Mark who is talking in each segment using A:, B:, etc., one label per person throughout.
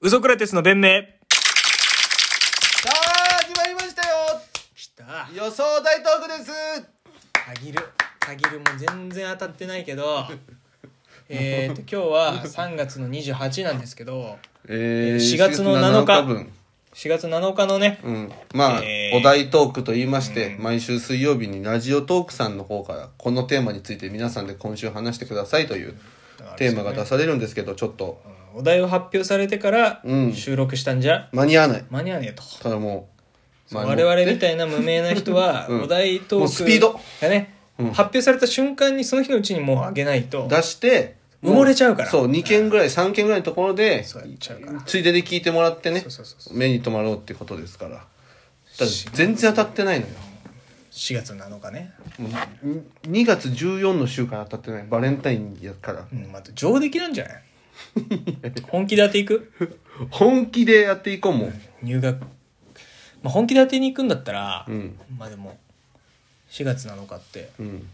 A: ウソクラテスの弁明
B: さあ始まりましたよ
A: きた
B: 予想大トークです
A: たぎるたぎるもう全然当たってないけ どえっと今日は3月の28なんですけどー
B: え
A: 4月の7日
B: 分
A: 4月7日のね
B: うん、まあ、
A: えー
B: お題トークと言いまして、毎週水曜日にラジオトークさんの方からこのテーマについて皆さんで今週話してくださいというテーマが出されるんですけどちょっと
A: お題を発表されてから
B: うん
A: 収録したんじゃ
B: 間に合わない
A: 間に合わねえと
B: ただもう
A: 我々み
B: い
A: たいな無名な人は
B: うん
A: お題ト
B: もうスピー
A: ー
B: ド
A: クがね
B: うん
A: 発表された瞬間にその日のうちにもうあげないと
B: 出して
A: 埋もれちゃうから
B: そう2件ぐらい3件ぐらいのところで
A: そうやっちゃうから
B: ついでで聞いてもらってね
A: そうそうそうそ
B: 目に留まろうってことですからだから全然当たってないのよ
A: 4月7日ね
B: もうに2月14の週から当たってないバレンタインやから
A: うんまた上出来なんじゃない 本気で当ていく
B: 本気でやっていこうもう
A: 入学、まあ、本気で当てに行くんだったら、
B: うん
A: まあでも4月7日って、
B: うん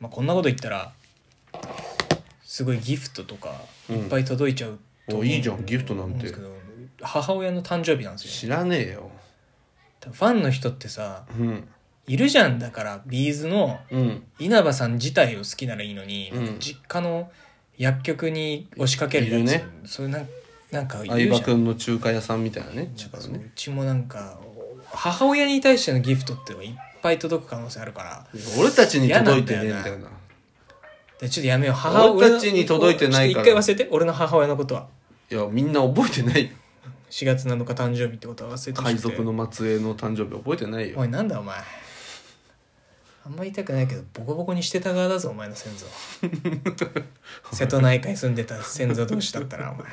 A: まあ、こんなこと言ったらすごいギフトとかいっぱい届いちゃうと思う
B: おいいじゃんギフトなん
A: で
B: て
A: すけど母親の誕生日なんですよ
B: 知らねえよ
A: ファンの人ってさ
B: うん
A: いるじゃんだからビーズの
B: うん
A: 稲葉さん自体を好きならいいのに、
B: うん
A: 実家の薬局に押しかけるやつ
B: いるね
A: それなんなんかいるじゃ
B: 相
A: ん
B: 葉君の中華屋さんみたいなね
A: なんか
B: 違
A: そうう
B: ね
A: うちもなんか母親に対してのギフトってのがいっぱい届く可能性あるから
B: 俺たちに届いてねえんだ
A: 嫌
B: よ
A: な
B: な
A: でちょっとやめよう母
B: 俺たちに届いてないから
A: ちょっと一回忘れて俺の母親のことはい
B: やみんな覚えてないよ
A: 4月7日誕生日ってことは忘れてほし
B: 海
A: くて
B: 賊の末裔の誕生日覚えてないよ
A: おいなんだお前あんま言いたくないけどボコボコにしてた側だぞお前の 先祖瀬戸内海住んでた先祖同士だったらお前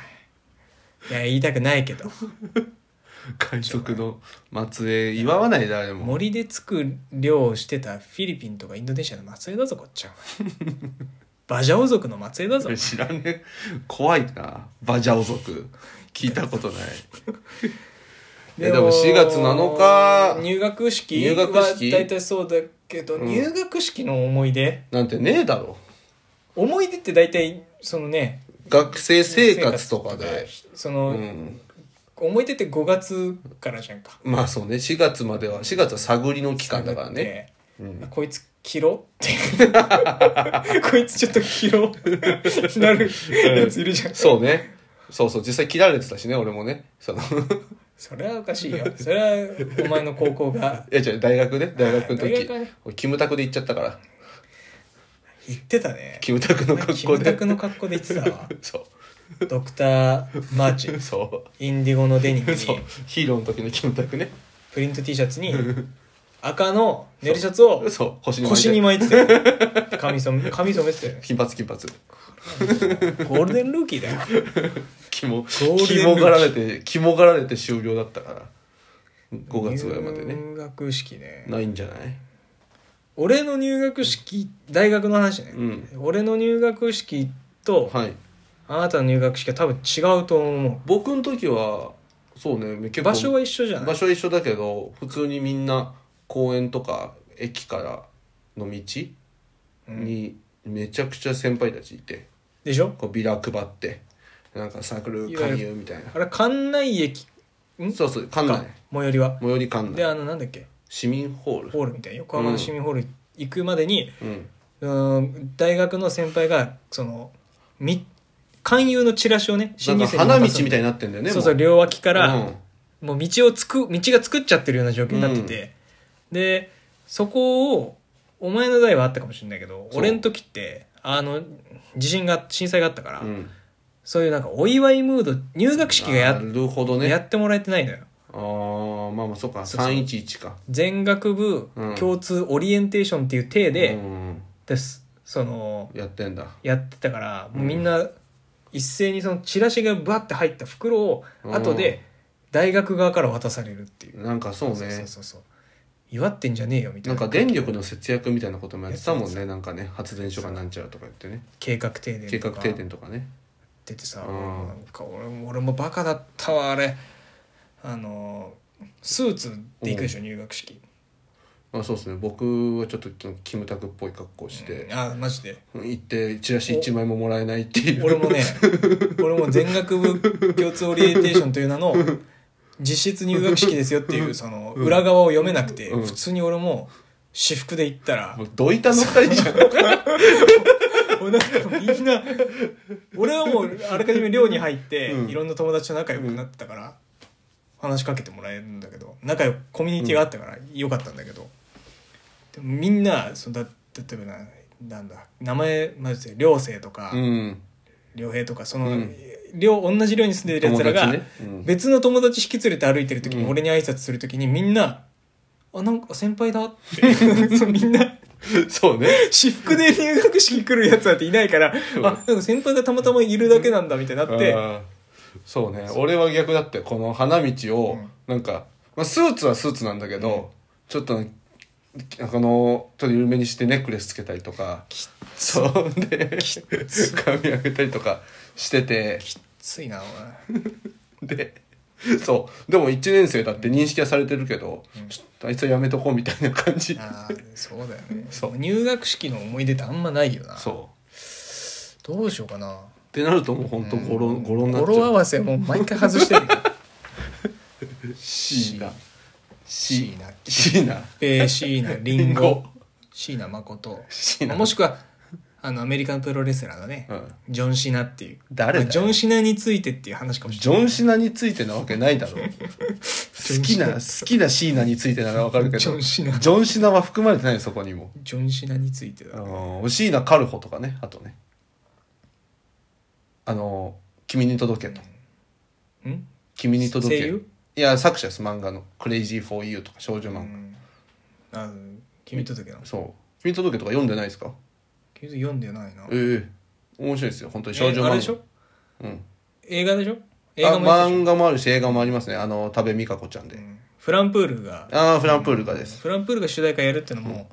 A: いや言いたくないけど
B: 海賊の末裔祝わないで誰も
A: 森でつく漁をしてたフィリピンとかインドネシアの末裔だぞこっち はバジャオ族の末裔だぞ
B: 知らねえ怖いなバジャオ族聞いたことないいやでも4月7日
A: 入学式
B: 入学式
A: は大体そうだけど、入学式の思い出
B: なんてねえだろ
A: 思い出って大体そのね
B: 学生生活とか
A: 生
B: で
A: 活とかその、
B: うん
A: 思い出って5月からじゃんか
B: まあそうね4月までは4月は探りの期間だからね
A: で、こいつ切ろうって こいつちょっと切ろう なるやついるじゃん
B: そうねそうそう実際切られてたしね俺もねその い
A: それはおかしいよそれはお前の高校が
B: や違う大学ね大学の
A: 大
B: 時
A: 学はね
B: 俺キムタクで行っちゃったから
A: 言ってたね
B: キムタクの格
A: キ
B: 好
A: ムタ
B: で
A: クの格好で言ってたわ
B: そ
A: ドクター・マーチ
B: うそう
A: インディゴのデニムに
B: そうヒーローの時のキムタクね
A: プリント T シャツに赤の寝るシャツを
B: そう腰に巻
A: 腰に巻
B: いて
A: いてたよ髪染め髪染めてたよね
B: 金髪金髪
A: ゴールデンルーキーだよー
B: 肝
A: ルデン
B: 肝がられて肝がられて終了だったから5月ぐらいまでね
A: 入学式ね
B: ないんじゃない
A: 俺の入学式大学の話ね、
B: うん
A: 俺の入学式と
B: はい
A: あなたの入学式は多分違うと思
B: 僕の時はそうね結
A: う
B: 構
A: 場所は一緒じゃな
B: 場
A: い
B: 所は一緒だけど普通にみんな公園とか駅からの道にめちゃくちゃ先輩たちいて
A: でしょ
B: こうビラ配ってなんかサークル加入みたいな
A: あれ館内駅ん
B: そうそう館
A: か
B: 内
A: 最寄りは
B: 最寄り館
A: であ
B: 内
A: のなんだっけ
B: 市民ホール
A: ホールみたいな横浜の市民ホール行くまでに、
B: うん
A: うーん大学の先輩がそのみ勧誘のチラシをね
B: なんか
A: に渡
B: 花道み
A: す
B: たいになってんだよね
A: そうそう
B: も
A: 両脇から、
B: うん
A: もう道をつく道が作っちゃってるような状況になってて、でそこをお前の代はあったかもしれないけど
B: そう
A: 俺の時ってあの地震が震災があったから、
B: うん
A: そういうなんかお祝いムード入学式がや,、
B: なるほどね
A: やってもらえてないのよ
B: ああまあまあそうか
A: そうそう
B: 311か
A: 全学部
B: うん
A: 共通オリエンテーションっていう体で、
B: うん
A: ですその
B: やってんだ
A: やってたから、もうみんな一斉にそのチラシがバッて入った袋を
B: うん
A: 後で大学側から渡されるっていう、
B: なんかそうね
A: そうそうそう祝ってんじゃねえよみたい
B: なん
A: な
B: か電力の節約みたいなこともやってたもんねなんかね発電所がなんちゃらとか言ってね
A: 計画停電
B: 計
A: と
B: 画
A: か
B: 停電とかね
A: 出てさ、
B: うん
A: なんか俺も俺もバカだったわあれあのスーツで行くでしょ入学式
B: あそうですね僕はちょっとキムタクっぽい格好して、
A: あマジで
B: 行ってチラシ1枚ももらえないって いう
A: 俺もね 俺も全学部共通オリエンテーションという名の実質入学式ですよっていうその裏側を読めなくて
B: うん
A: 普通に俺も私服で行ったら
B: もうどいたの2人じゃん
A: 俺なんかみんな俺はもうあらかじめ寮に入って
B: うん
A: いろんな友達と仲良くなってたから話しかけてもらえるんだけど仲良くコミュニティがあったからよかったんだけどでもみんなそのだ例えばななんだ名前まずで寮生と か
B: うん
A: 寮兵とかその、
B: うん
A: 寮同じ寮に住んでる奴らが、
B: 友達ねうん
A: 別の友達引き連れて歩いてる時に、
B: うん
A: 俺に挨拶する時にみんな「あなんか先輩だ」って そうみんな
B: そうね
A: 私服で入学式来るやつなんていないから「あ
B: そう
A: なんか先輩がたまたまいるだけなんだ」みたいになって
B: あーそうね俺は逆だってこの花
A: う
B: 道を
A: ん
B: なんか、まあ、スーツはスーツなんだけど、
A: うん
B: ちょっとこのちょっと緩めにしてネックレスつけたりとかそうで髪上げたりとかしてて
A: きっついな
B: でそうでも1年生だって認識はされてるけど、
A: うん
B: ちょっとあいつはやめとこうみたいな感
A: お
B: じ
A: 前あーそうだよね
B: そう
A: 入学式の思い出ってあんまないよな
B: そう
A: どうしようかな
B: ってなるともうほんとゴロ,、ゴロになっ
A: 語呂合
B: ちゃう
A: わせもう毎回外してる んだよ
B: C な
A: C
B: C
A: な
B: C な
A: えー、椎名林
B: リン
A: 檎
B: ゴ
A: 椎名誠
B: 椎名
A: もしくはあのアメリカンプロレスラーのね、
B: うん
A: ジョン・シナっていう
B: 誰だよ
A: まあジョン・シナについてっていう話かもし
B: ジ
A: れな
B: ョ
A: い
B: ン・シナについてなわけないだ ろ好きな好きなシーナについてならわかるけど
A: ジョンシナ
B: ジョンシナは含まれてないそこにも
A: ジョン・シナについてだ
B: あのシーナ・カルホとかねあとねあの「君に届け」と
A: うん
B: 「君に届
A: 声
B: け
A: 優」
B: いや作者です漫画の「クレイジー・フォー・ユー」とか少女
A: う
B: 漫
A: んあの君とだけな
B: 画そう「君に届け」とか読んでないですか
A: 君と読んでないな
B: ええ面白いですよ本当に少女
A: えあれ
B: 漫
A: でし
B: 画
A: ょ
B: うん
A: 映画でしょ映
B: あ
A: 画もやってたでし
B: 漫画もあるし映画もありますねあの多部未華子ちゃん
A: ょ
B: で
A: うんフランプールが
B: ああフランプールがです
A: フランプールが主題歌やるってのも、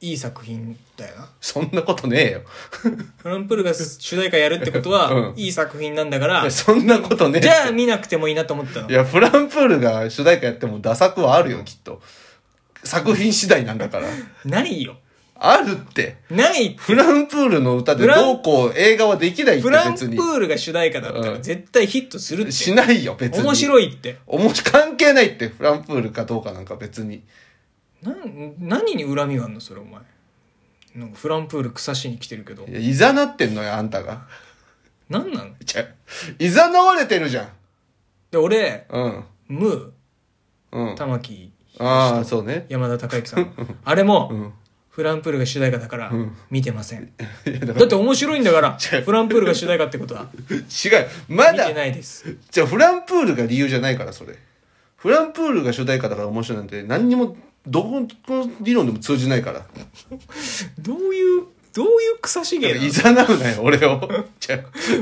A: いい作品だよな
B: そんなことねえよ
A: フランプールが主題歌やるってことは、
B: うん
A: いい作品なんだか
B: い
A: ら
B: やそんなことねえって
A: じゃあ見なくてもいいなと思ったの
B: いや、フランプールが主題歌やってもダサくはあるよ、きっと。作品次第なんだから。
A: ないよ
B: あるって。
A: ない
B: フランプールの歌で
A: フラン
B: どうこう映画はできないって
A: フランプ
B: 別に。
A: ールが主題歌だったら
B: うん
A: 絶対ヒットするって
B: しないよ、別に。
A: 面
B: い。
A: 白いって
B: おもし、関係ないって、フランプールかどうかなんか別に。
A: なん何に恨みがあんのそれお前なんかフランプール草しに来てるけど
B: いや、いざなってんのよ、あんたが。
A: 何なの
B: じゃいざなわれてるじゃん。
A: で俺
B: うん。
A: ム
B: うん
A: ー。玉木
B: ああ、そうね。
A: 山田孝之さん あれも、
B: うん。
A: フランプールが主題歌だから見てません、
B: いや、だか
A: だ
B: ら
A: って面白いんだから
B: 違う
A: フランプールが主題歌ってことは
B: 違う。ま
A: 見
B: だ
A: て、ないです
B: じゃあフランプールが理由じゃないからそれフランプールが主題歌だから面白いなんて何にもどこの理論でも通じないから
A: どういうどういう草しげなの
B: いざなうなよ俺を じゃあ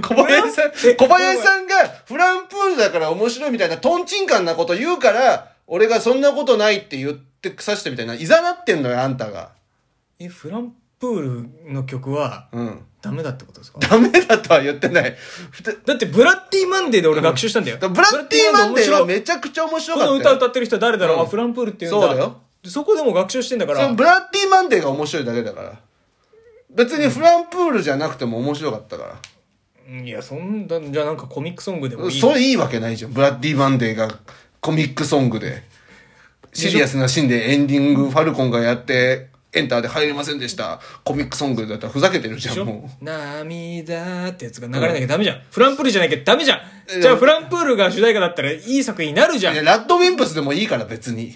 B: 小林さん
A: え
B: 小林さんがフランプールだから面白いみたいなトンチンカンなこと言うから俺がそんなことないって言って腐してみたいないざなってんのよあんたが
A: えフランプールの曲は
B: うん
A: ダメだってことですか
B: ダメだとは言ってないふた
A: だってブラッディマンデーで俺学習したんだよ、
B: ブラッティーマ
A: ブラッディマン
B: ンデーは
A: デー面白い
B: めちゃくちゃ面白
A: こ
B: かった
A: の
B: よ
A: 歌歌ってる人誰だろう、
B: うん
A: あフランプールって言うんだ
B: そうだよ
A: そこでも学習してんだか
B: そ
A: ら
B: のブラッディ・マンデーが面白いだけだから別にフランプールじゃなくても面白かったか
A: うんいやそんなじゃあなんかコミックソングで
B: ら、
A: もいい
B: それいいわけないじゃんブラッディ・マンデーがコミックソングでシリアスなシーンでエンディングファルコンがやってエンターで入れませんでしたコミックソングだったらふざけてるじ
A: で
B: ゃ
A: し
B: ん
A: ょ
B: も
A: 涙ってやつが流れなきゃダメじゃん、フランプールじゃなきゃダメじゃんじゃあ
B: うん
A: フランプールが主題歌だったらいい作品になるじ
B: う
A: ゃん
B: い
A: だ
B: や
A: か
B: ラッドウィンプスでもいいから別に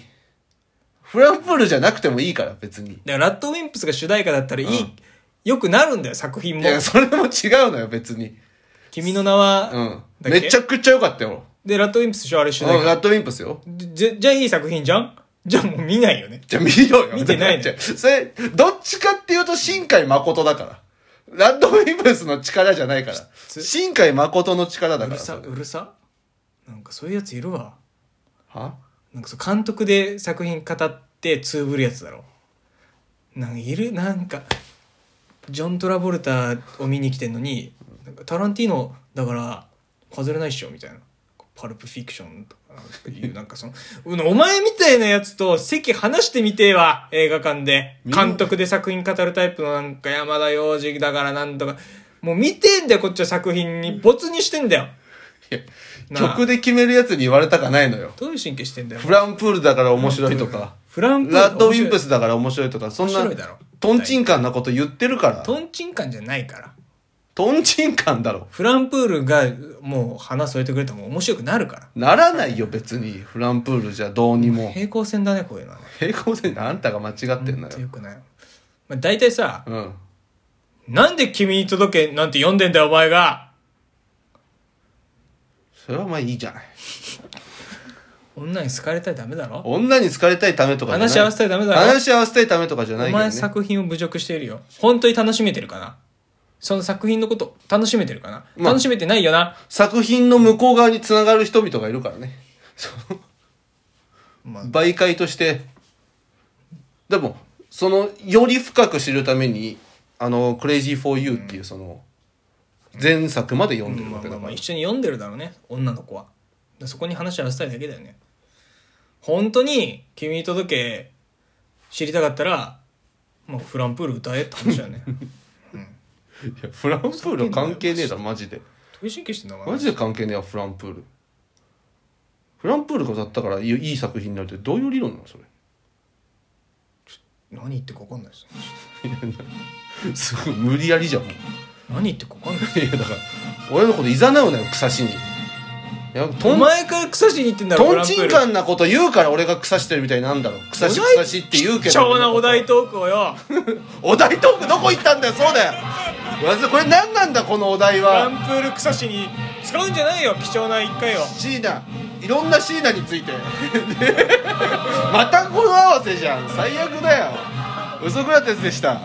B: フランプールじゃなくてもいいから別に
A: らラッドウィンプスが主題歌だったらいい、
B: うん
A: よくなるんだよ作品
B: い
A: も
B: やそれも違うのよ別に
A: 「君の名は」
B: うん
A: だっけ
B: めちゃくちゃ良かったよ
A: でラッドウィンプスでしょあれ
B: う
A: 主題
B: ん
A: 歌
B: ラッドウィンプスよ
A: じゃじゃあいい作品じゃんじゃあもう見ないよね
B: じゃあ見ろよ。
A: 見てないの
B: じゃあ それ、どっちかっていうと、新海誠だから。ラッドウィンプスの力じゃないから。
A: つ
B: 新海誠の力だ
A: う
B: か
A: る
B: ら。
A: さ
B: それ
A: うるさなんかそういうやついるわ
B: は
A: なんかそう監督で作品語ってつぶるやつだろなんかいるなんかジョン・トラボルタを見に来てんのになんかタランティーノだから外れないっしょみたいなパルプフィクションとかなんかいう、なんかその、うんお前みたいなやつと席話してみてえわ、映画館で。
B: みんな
A: 監督で作品語るタイプのなんか山田洋次だからなんとか。もう見てんだよ、こっちは作品に。没にしてんだよ。
B: いや
A: なあ
B: 曲で決めるやつに言われたかないのよ。
A: どういう神経してんだよ。
B: フランプールだから面白いとか、
A: フランプール
B: ラッドウィンプスだから面白いとか、そん
A: 面
B: な
A: 白いだろ、
B: トンチンカンなこと言ってるから、
A: トンチンカンじゃないから。
B: トンチンカンだろ。
A: フランプールがもう話添えてくれたらもう面白くなるから。
B: ならないよ、別に。フランプールじゃどうにも。
A: 平行線だね、こういうのはね。
B: 平行線であんたが間違ってんのよ。
A: よくない。まあ、大体さ、
B: うん。
A: なんで君に届けなんて読んでんだよ、お前が。
B: それはまあいいじゃない。
A: 女に好かれたらダメだろ
B: 女に好かれたいためとかじゃない。
A: 話し合わせたいためだろ
B: 話し合わせたいためとかじゃない
A: お
B: けどね。
A: 前作品を侮辱しているよ。本当に楽しめてるかなその作品のこと楽しめてるかな、
B: まあ
A: 楽しめてないよな。
B: 作品の向こう側に繋がる人々がいるからね。その
A: まあ
B: 媒介として。でも、その、より深く知るために、あの、クレイジー・フォー・ユーっていうその、前作まで読んでる
A: ま
B: わ
A: あ
B: け
A: ま
B: だ
A: あ
B: か
A: まあ
B: ら。
A: 一緒に読んでるだろうね女の子はそこに話合わせたいだけだよね本当に「君に届け」知りたかったら、まあ、フランプール歌えって話だよね
B: いや、フランプールは関係ねえだろ、マジで。
A: 飛び神経してんだか
B: マ
A: ら
B: ジで関係ねえよ、フランプール。フランプールが歌ったからいいいい作品になるってどういう理論なのそれ。
A: 何言ってるか分かんないです
B: すごい無理やりじゃんもう
A: 何言ってるか分かんない
B: いやだから俺のこといざなうなよ草しにいやと
A: お
B: ん
A: 前から草しに行ってんだろフ
B: と
A: ラ
B: ん
A: ンプー
B: ちん
A: ル
B: かんなこと言うから俺が草してるみたいになんだろう草し
A: お題
B: 草しって言うけど
A: 貴重なお題トークをよフ
B: お題トークどこ行ったんだよそうだよまずこれ何なんだこのお題
A: ラ
B: は
A: ンプール草しに使うんじゃないよ貴重な一回を
B: 椎名いろんな椎名について また語呂合わせじゃん最悪だよウソクラテスでした